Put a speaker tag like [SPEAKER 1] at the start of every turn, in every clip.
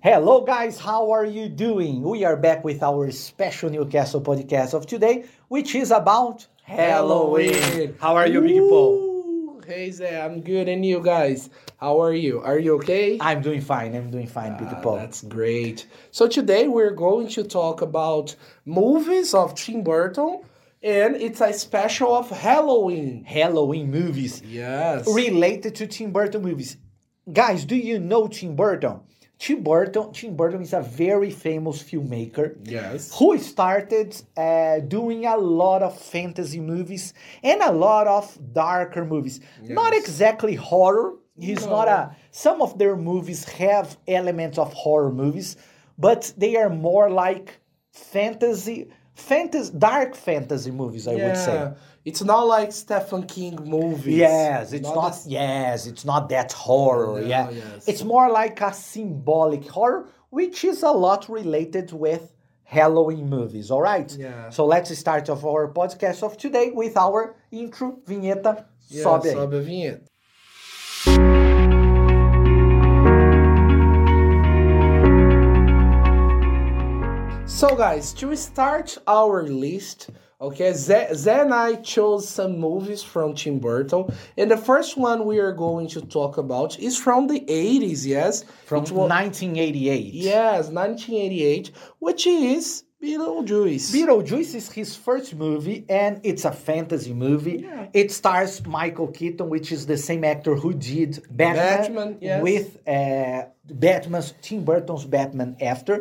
[SPEAKER 1] Hello, guys, how are you doing? We are back with our special Newcastle podcast of today, which is about Halloween.
[SPEAKER 2] How are you, Big Paul?
[SPEAKER 3] Ooh, Hey there, I'm good, and you guys? How are you? Are you okay?
[SPEAKER 1] I'm doing fine, I'm doing fine, Big
[SPEAKER 3] Ah,
[SPEAKER 1] Paul.
[SPEAKER 3] that's great. So today we're going to talk about movies of Tim Burton, and it's a special of Halloween.
[SPEAKER 1] Halloween movies
[SPEAKER 3] Yes.
[SPEAKER 1] related to Tim Burton movies. Guys, do you know Tim Burton? Tim Burton, Tim Burton is a very famous filmmaker
[SPEAKER 3] Yes.
[SPEAKER 1] who started uh, doing a lot of fantasy movies and a lot of darker movies. Not
[SPEAKER 3] Yes.
[SPEAKER 1] exactly horror. He's
[SPEAKER 3] No.
[SPEAKER 1] not a. Some of their movies have elements of horror movies, but they are more like fantasy, fantasy, dark fantasy movies. I would say.
[SPEAKER 3] Yeah, It's not like Stephen King movies.
[SPEAKER 1] Yes, it's not.
[SPEAKER 3] as-
[SPEAKER 1] Yes, it's not that horror.
[SPEAKER 3] No,
[SPEAKER 1] yeah,
[SPEAKER 3] yes.
[SPEAKER 1] it's more like a symbolic horror, which is a lot related with Halloween movies. All right.
[SPEAKER 3] Yeah.
[SPEAKER 1] So let's start of our podcast of today with our intro vinheta.
[SPEAKER 3] Yeah,
[SPEAKER 1] sobe aí.
[SPEAKER 3] sobe a vinheta. So, guys, to start our list, okay, Ze- Zé and I chose some movies from Tim Burton, and the first one we are going to talk about is from the 80s, yes?
[SPEAKER 1] From
[SPEAKER 3] It wa-
[SPEAKER 1] 1988.
[SPEAKER 3] yes, 1988, which is Beetlejuice.
[SPEAKER 1] Beetlejuice is his first movie, and it's a fantasy movie.
[SPEAKER 3] Yeah.
[SPEAKER 1] It stars Michael Keaton, which is the same actor who did Batman,
[SPEAKER 3] Batman, yes.
[SPEAKER 1] with uh, Batman's Tim Burton's Batman after.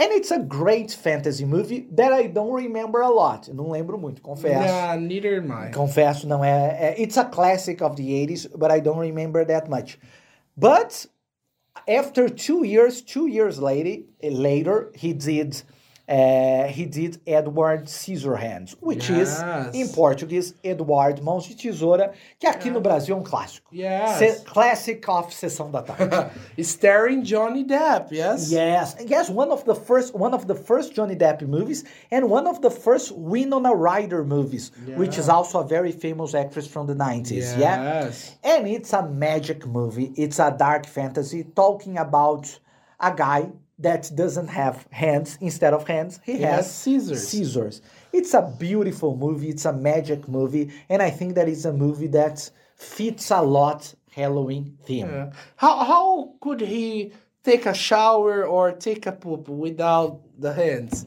[SPEAKER 1] And it's a great fantasy movie that I don't remember a lot. Eu Não lembro muito, confesso.
[SPEAKER 3] yeah, neither am I.
[SPEAKER 1] Confesso, não é, é- It's a classic of the 80s, but I don't remember that much. But after two years, two years later, later he did. uh, he did Edward Scissorhands, which
[SPEAKER 3] Yes.
[SPEAKER 1] is, em português, Eduardo Mãos de Tesoura, que aqui no Brasil é um clássico.
[SPEAKER 3] Yes.
[SPEAKER 1] Se- classic of Sessão da Tarde.
[SPEAKER 3] Starring Johnny Depp, yes?
[SPEAKER 1] yes, yes, one of the first, one of the first Johnny Depp movies, and one of the first Winona Ryder movies, which is also a very famous actress from the 90s. Yeah.
[SPEAKER 3] Yes.
[SPEAKER 1] And it's a magic movie. It's a dark fantasy talking about a guy that doesn't have hands. Instead of hands, he,
[SPEAKER 3] He
[SPEAKER 1] has,
[SPEAKER 3] has scissors.
[SPEAKER 1] Scissors. It's a beautiful movie. It's a magic movie, and I think that is a movie that fits a lot Halloween theme.
[SPEAKER 3] Yeah. How how could he take a shower or take a poop without the hands?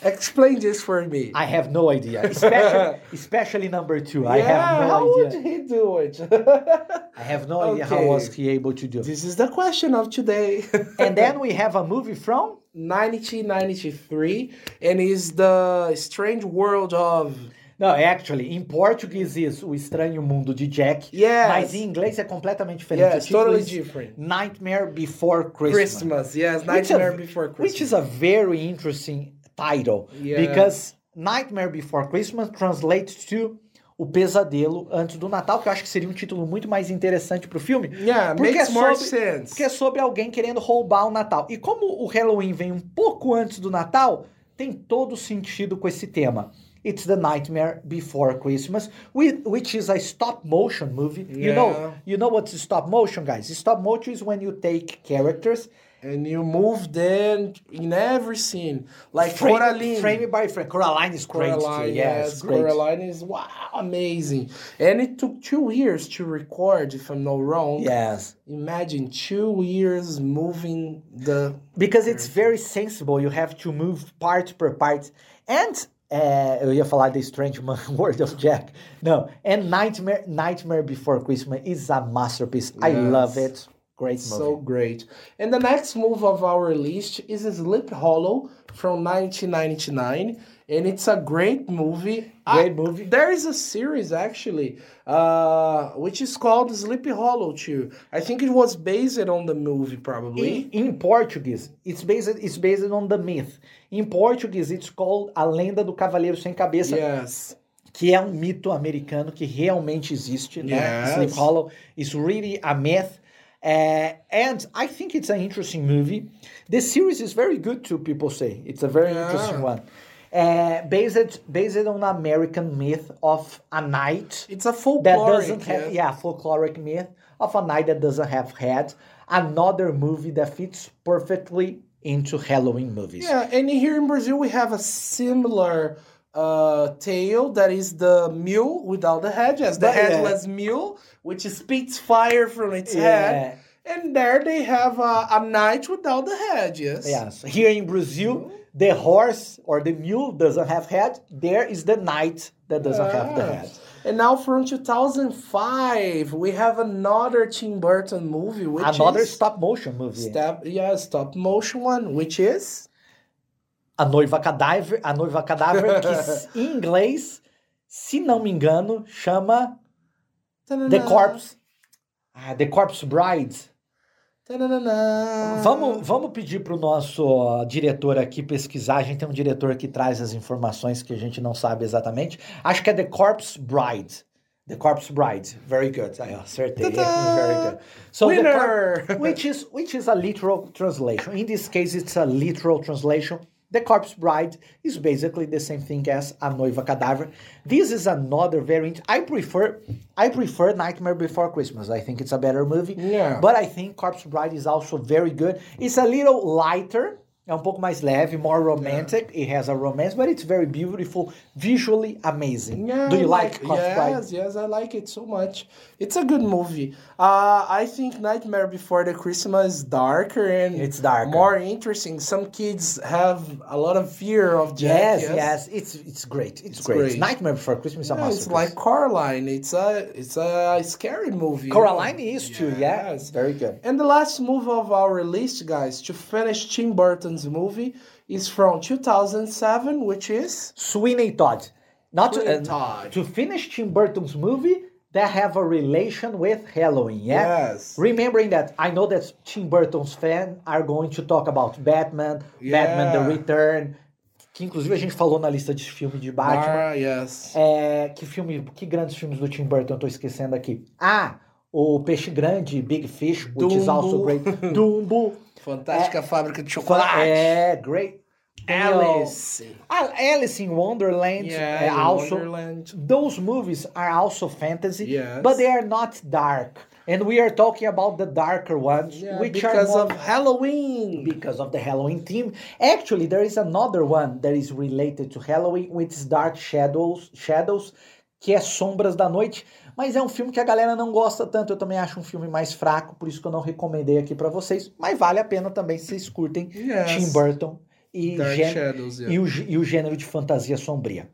[SPEAKER 3] Explain this for me.
[SPEAKER 1] I have no idea, especially especially number two. I
[SPEAKER 3] Yeah,
[SPEAKER 1] have no
[SPEAKER 3] how
[SPEAKER 1] idea.
[SPEAKER 3] would he do it?
[SPEAKER 1] I have no idea how
[SPEAKER 3] Okay.
[SPEAKER 1] was he able to do.
[SPEAKER 3] this is the question of today.
[SPEAKER 1] and then we have a movie from
[SPEAKER 3] 1993 and is the strange world of
[SPEAKER 1] Não, actually, em português isso, O Estranho Mundo de Jack.
[SPEAKER 3] Yes.
[SPEAKER 1] Mas em inglês é completamente diferente.
[SPEAKER 3] yes,
[SPEAKER 1] O título
[SPEAKER 3] totally
[SPEAKER 1] is
[SPEAKER 3] different.
[SPEAKER 1] Nightmare Before Christmas.
[SPEAKER 3] Christmas, yes,
[SPEAKER 1] Which a-
[SPEAKER 3] Nightmare Before Christmas.
[SPEAKER 1] Which is a very interesting title.
[SPEAKER 3] Yeah.
[SPEAKER 1] Because Nightmare Before Christmas translates to O Pesadelo Antes do Natal, que eu acho que seria um título muito mais interessante pro filme.
[SPEAKER 3] yeah,
[SPEAKER 1] Porque
[SPEAKER 3] makes
[SPEAKER 1] é
[SPEAKER 3] more
[SPEAKER 1] sobre-
[SPEAKER 3] sense.
[SPEAKER 1] Porque é sobre alguém querendo roubar o Natal. E como o Halloween vem um pouco antes do Natal, tem todo sentido com esse tema. It's the Nightmare Before Christmas, whi- which is a stop motion movie. You
[SPEAKER 3] Yeah.
[SPEAKER 1] know, you know what's stop motion, guys? Stop motion is when you take characters
[SPEAKER 3] and you move them in every scene, like
[SPEAKER 1] frame,
[SPEAKER 3] Coraline.
[SPEAKER 1] frame by frame. Coraline is great. too.
[SPEAKER 3] Coraline,
[SPEAKER 1] yeah,
[SPEAKER 3] yes,
[SPEAKER 1] it's great.
[SPEAKER 3] Coraline is wow, amazing. And it took two years to record, if I'm not wrong.
[SPEAKER 1] Yes.
[SPEAKER 3] Imagine two years moving the.
[SPEAKER 1] Because it's very sensible. You have to move part per part. And é, eu ia falar The Strange Man- World of Jack. Não. And Nightmare, Nightmare Before Christmas is a masterpiece. I
[SPEAKER 3] Yes.
[SPEAKER 1] love it. Great movie.
[SPEAKER 3] So great. And the next move of our list is Sleep Hollow from 1999. And it's a great movie. Great
[SPEAKER 1] movie.
[SPEAKER 3] There is a series actually, uh, which is called Sleepy Hollow 2. I think it was based on the movie, probably.
[SPEAKER 1] In, in Portuguese, it's based, it's based on the myth. In Portuguese, it's called A Lenda do Cavaleiro Sem Cabeça.
[SPEAKER 3] Yes.
[SPEAKER 1] que é um mito americano que realmente existe, né?
[SPEAKER 3] Yes.
[SPEAKER 1] Sleep Hollow is really a myth. Uh, and I think it's an interesting movie. The series is very good too, people say. It's a very
[SPEAKER 3] Yeah.
[SPEAKER 1] interesting one. Uh, based based on American myth of a night
[SPEAKER 3] It's a
[SPEAKER 1] that
[SPEAKER 3] folkloric.
[SPEAKER 1] doesn't have
[SPEAKER 3] yes.
[SPEAKER 1] yeah folkloric myth of a night that doesn't have head. another movie that fits perfectly into Halloween movies.
[SPEAKER 3] Yeah, and here in Brazil we have a similar uh, tale that is the mule without the head, as the
[SPEAKER 1] But, yeah.
[SPEAKER 3] headless mule, which spits fire from its head. And there they have a, a knight without the head, yes.
[SPEAKER 1] Yes. Here in Brazil, the horse or the mule doesn't have head. There is the knight that doesn't have the head.
[SPEAKER 3] Yes. And now from 2005, we have another Tim Burton movie, which
[SPEAKER 1] Another
[SPEAKER 3] is
[SPEAKER 1] stop motion movie.
[SPEAKER 3] step, yeah, stop motion one, which is
[SPEAKER 1] A Noiva Cadáver, a Noiva Cadáver, que s- em inglês, se não me engano, chama The Corpse. Ah, The Corpse Bride.
[SPEAKER 3] Ta-na-na-na.
[SPEAKER 1] Vamos, vamos pedir para o nosso ó, diretor aqui pesquisar. A gente tem um diretor que traz as informações que a gente não sabe exatamente. Acho que é The Corpse Bride. The Corpse Bride. Very good. I acertei.
[SPEAKER 3] Tadã!
[SPEAKER 1] Very good. So the
[SPEAKER 3] Winner!
[SPEAKER 1] corp- which is which is a literal translation. In this case, it's a literal translation. The Corpse Bride is basically the same thing as a Noiva Cadaver. This is another variant. I prefer I prefer Nightmare Before Christmas. I think it's a better movie.
[SPEAKER 3] Yeah.
[SPEAKER 1] But I think Corpse Bride is also very good. It's a little lighter, é um pouco mais leve, more romantic. It has a romance, but it's very beautiful, visually amazing.
[SPEAKER 3] Yeah,
[SPEAKER 1] Do you
[SPEAKER 3] I
[SPEAKER 1] like, Corpse Bride?
[SPEAKER 3] Yes, yes, I like it so much. It's a good movie. Uh, I think Nightmare Before the Christmas is darker and
[SPEAKER 1] It's darker.
[SPEAKER 3] more interesting. Some kids have a lot of fear of
[SPEAKER 1] Yes,
[SPEAKER 3] Jack.
[SPEAKER 1] yes, It's it's great. It's, great.
[SPEAKER 3] great.
[SPEAKER 1] Nightmare Before Christmas is a
[SPEAKER 3] Yeah, it's
[SPEAKER 1] masterpiece.
[SPEAKER 3] like Coraline. It's a it's a scary movie.
[SPEAKER 1] Coraline is too. Yeah, it's
[SPEAKER 3] Yes.
[SPEAKER 1] very good.
[SPEAKER 3] And the last movie of our list, guys, to finish Tim Burton's movie is from 2007, which is
[SPEAKER 1] Sweeney Todd. Not to,
[SPEAKER 3] Sweeney
[SPEAKER 1] uh,
[SPEAKER 3] Todd.
[SPEAKER 1] to finish Tim Burton's movie that have a relation with Halloween. Yeah.
[SPEAKER 3] yes.
[SPEAKER 1] Remembering that, I know that Tim Burton's fans are going to talk about Batman, Batman The
[SPEAKER 3] Yeah.
[SPEAKER 1] Return, que inclusive a gente falou na lista de filme de Batman.
[SPEAKER 3] Ah, yes.
[SPEAKER 1] Eh, É, que filme, que grandes filmes do Tim Burton eu tô esquecendo aqui? Ah, o Peixe Grande, Big Fish, which is also
[SPEAKER 3] Dumbo.
[SPEAKER 1] great. Dumbo.
[SPEAKER 3] Fantástica
[SPEAKER 1] eh,
[SPEAKER 3] Fábrica de Chocolate.
[SPEAKER 1] é, great. Tem o-
[SPEAKER 3] Alice.
[SPEAKER 1] Ah, Alice in Wonderland.
[SPEAKER 3] Yeah,
[SPEAKER 1] é
[SPEAKER 3] in
[SPEAKER 1] also,
[SPEAKER 3] Wonderland.
[SPEAKER 1] Those movies are also fantasy,
[SPEAKER 3] Yes.
[SPEAKER 1] but they are not dark. And we are talking about the darker ones,
[SPEAKER 3] Yeah,
[SPEAKER 1] which
[SPEAKER 3] because
[SPEAKER 1] are more
[SPEAKER 3] of Halloween.
[SPEAKER 1] because of the Halloween theme. Actually, there is another one that is related to Halloween, which is Dark Shadows, Shadows, que é Sombras da Noite, mas é um filme que a galera não gosta tanto. Eu também acho um filme mais fraco, por isso que eu não recomendei aqui pra vocês, mas vale a pena também se vocês curtem
[SPEAKER 3] Yes.
[SPEAKER 1] Tim Burton e,
[SPEAKER 3] Dark
[SPEAKER 1] gê-
[SPEAKER 3] Shadows, yeah.
[SPEAKER 1] e o, gê- e o gênero de fantasia sombria.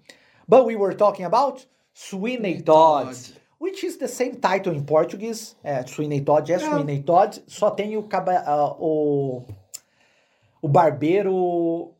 [SPEAKER 1] But we were talking about Sweeney
[SPEAKER 3] Todd.
[SPEAKER 1] Todd. Which is the same title in Portuguese. É, Sweeney Todd é Sweeney Todd. Só tem o, caba, ah, o, o barbeiro...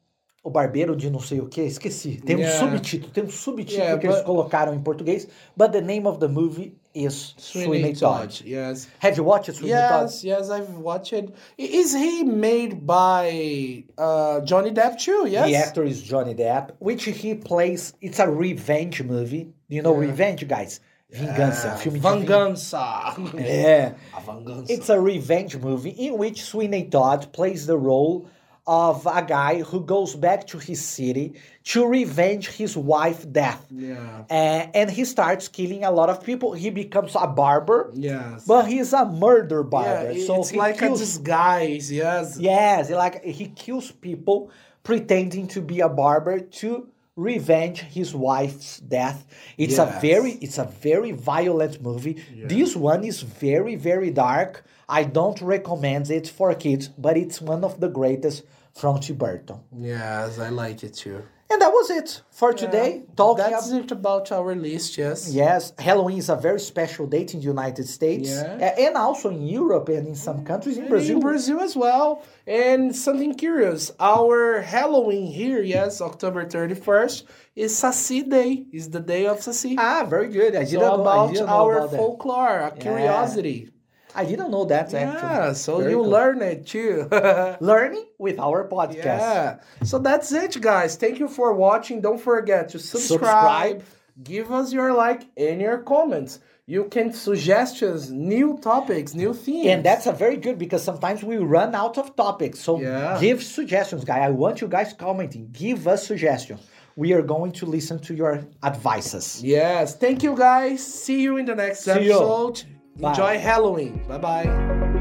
[SPEAKER 1] O barbeiro de não sei o que, esqueci. Tem um
[SPEAKER 3] Yeah.
[SPEAKER 1] subtítulo, tem um subtítulo
[SPEAKER 3] Yeah,
[SPEAKER 1] que eles
[SPEAKER 3] but-
[SPEAKER 1] colocaram em português. But the name of the movie is Sweeney, Todd.
[SPEAKER 3] Yes.
[SPEAKER 1] Have you watched Sweeney Todd?
[SPEAKER 3] Yes, yes, I've watched it. I- Is he made by uh, Johnny Depp too? Yes.
[SPEAKER 1] The actor is Johnny Depp, which he plays. It's a revenge movie. You know,
[SPEAKER 3] Yeah.
[SPEAKER 1] revenge, guys. Vingança,
[SPEAKER 3] Ah,
[SPEAKER 1] filme
[SPEAKER 3] Vingança.
[SPEAKER 1] de vingança. É.
[SPEAKER 3] A Vingança.
[SPEAKER 1] It's a revenge movie in which Sweeney Todd plays the role of a guy who goes back to his city to revenge his wife's death.
[SPEAKER 3] yeah.
[SPEAKER 1] Uh, and he starts killing a lot of people. He becomes a barber,
[SPEAKER 3] Yes.
[SPEAKER 1] but he's a murder barber.
[SPEAKER 3] yeah,
[SPEAKER 1] so
[SPEAKER 3] it's
[SPEAKER 1] he
[SPEAKER 3] like a
[SPEAKER 1] kills
[SPEAKER 3] disguise. Yes.
[SPEAKER 1] Yes, like he kills people pretending to be a barber to revenge his wife's death. It's a
[SPEAKER 3] Yes.
[SPEAKER 1] very it's a very violent movie. This one is very very dark. I don't recommend it for kids, but it's one of the greatest from Tim Burton.
[SPEAKER 3] Yes, I like it too.
[SPEAKER 1] And that was it for today. Talking
[SPEAKER 3] That's
[SPEAKER 1] ab-
[SPEAKER 3] it about our list. Yes.
[SPEAKER 1] Yes, Halloween is a very special date in the United States
[SPEAKER 3] Yeah.
[SPEAKER 1] a- and also in Europe and in some countries in
[SPEAKER 3] And in
[SPEAKER 1] Brazil.
[SPEAKER 3] Brazil as well. And something curious, our Halloween here, yes, October 31st, is Saci Day, is the day of Saci.
[SPEAKER 1] Ah, very good. I didn't
[SPEAKER 3] So
[SPEAKER 1] know I
[SPEAKER 3] about
[SPEAKER 1] didn't know
[SPEAKER 3] our
[SPEAKER 1] about that.
[SPEAKER 3] folklore, a curiosity.
[SPEAKER 1] I didn't know that actually.
[SPEAKER 3] Yeah, so
[SPEAKER 1] Very
[SPEAKER 3] you
[SPEAKER 1] cool.
[SPEAKER 3] learn it too.
[SPEAKER 1] learning with our podcast.
[SPEAKER 3] yeah. So that's it, guys. Thank you for watching. Don't forget to subscribe,
[SPEAKER 1] Subscribe.
[SPEAKER 3] give us your like and your comments. You can suggest us new topics, new themes.
[SPEAKER 1] And that's a very good because sometimes we run out of topics. So
[SPEAKER 3] Yeah.
[SPEAKER 1] give suggestions, guys. I want you guys commenting. Give us suggestions. We are going to listen to your advices.
[SPEAKER 3] Yes. Thank you guys. See you in the next
[SPEAKER 1] See you.
[SPEAKER 3] episode.
[SPEAKER 1] Bye.
[SPEAKER 3] Enjoy Halloween. Bye bye.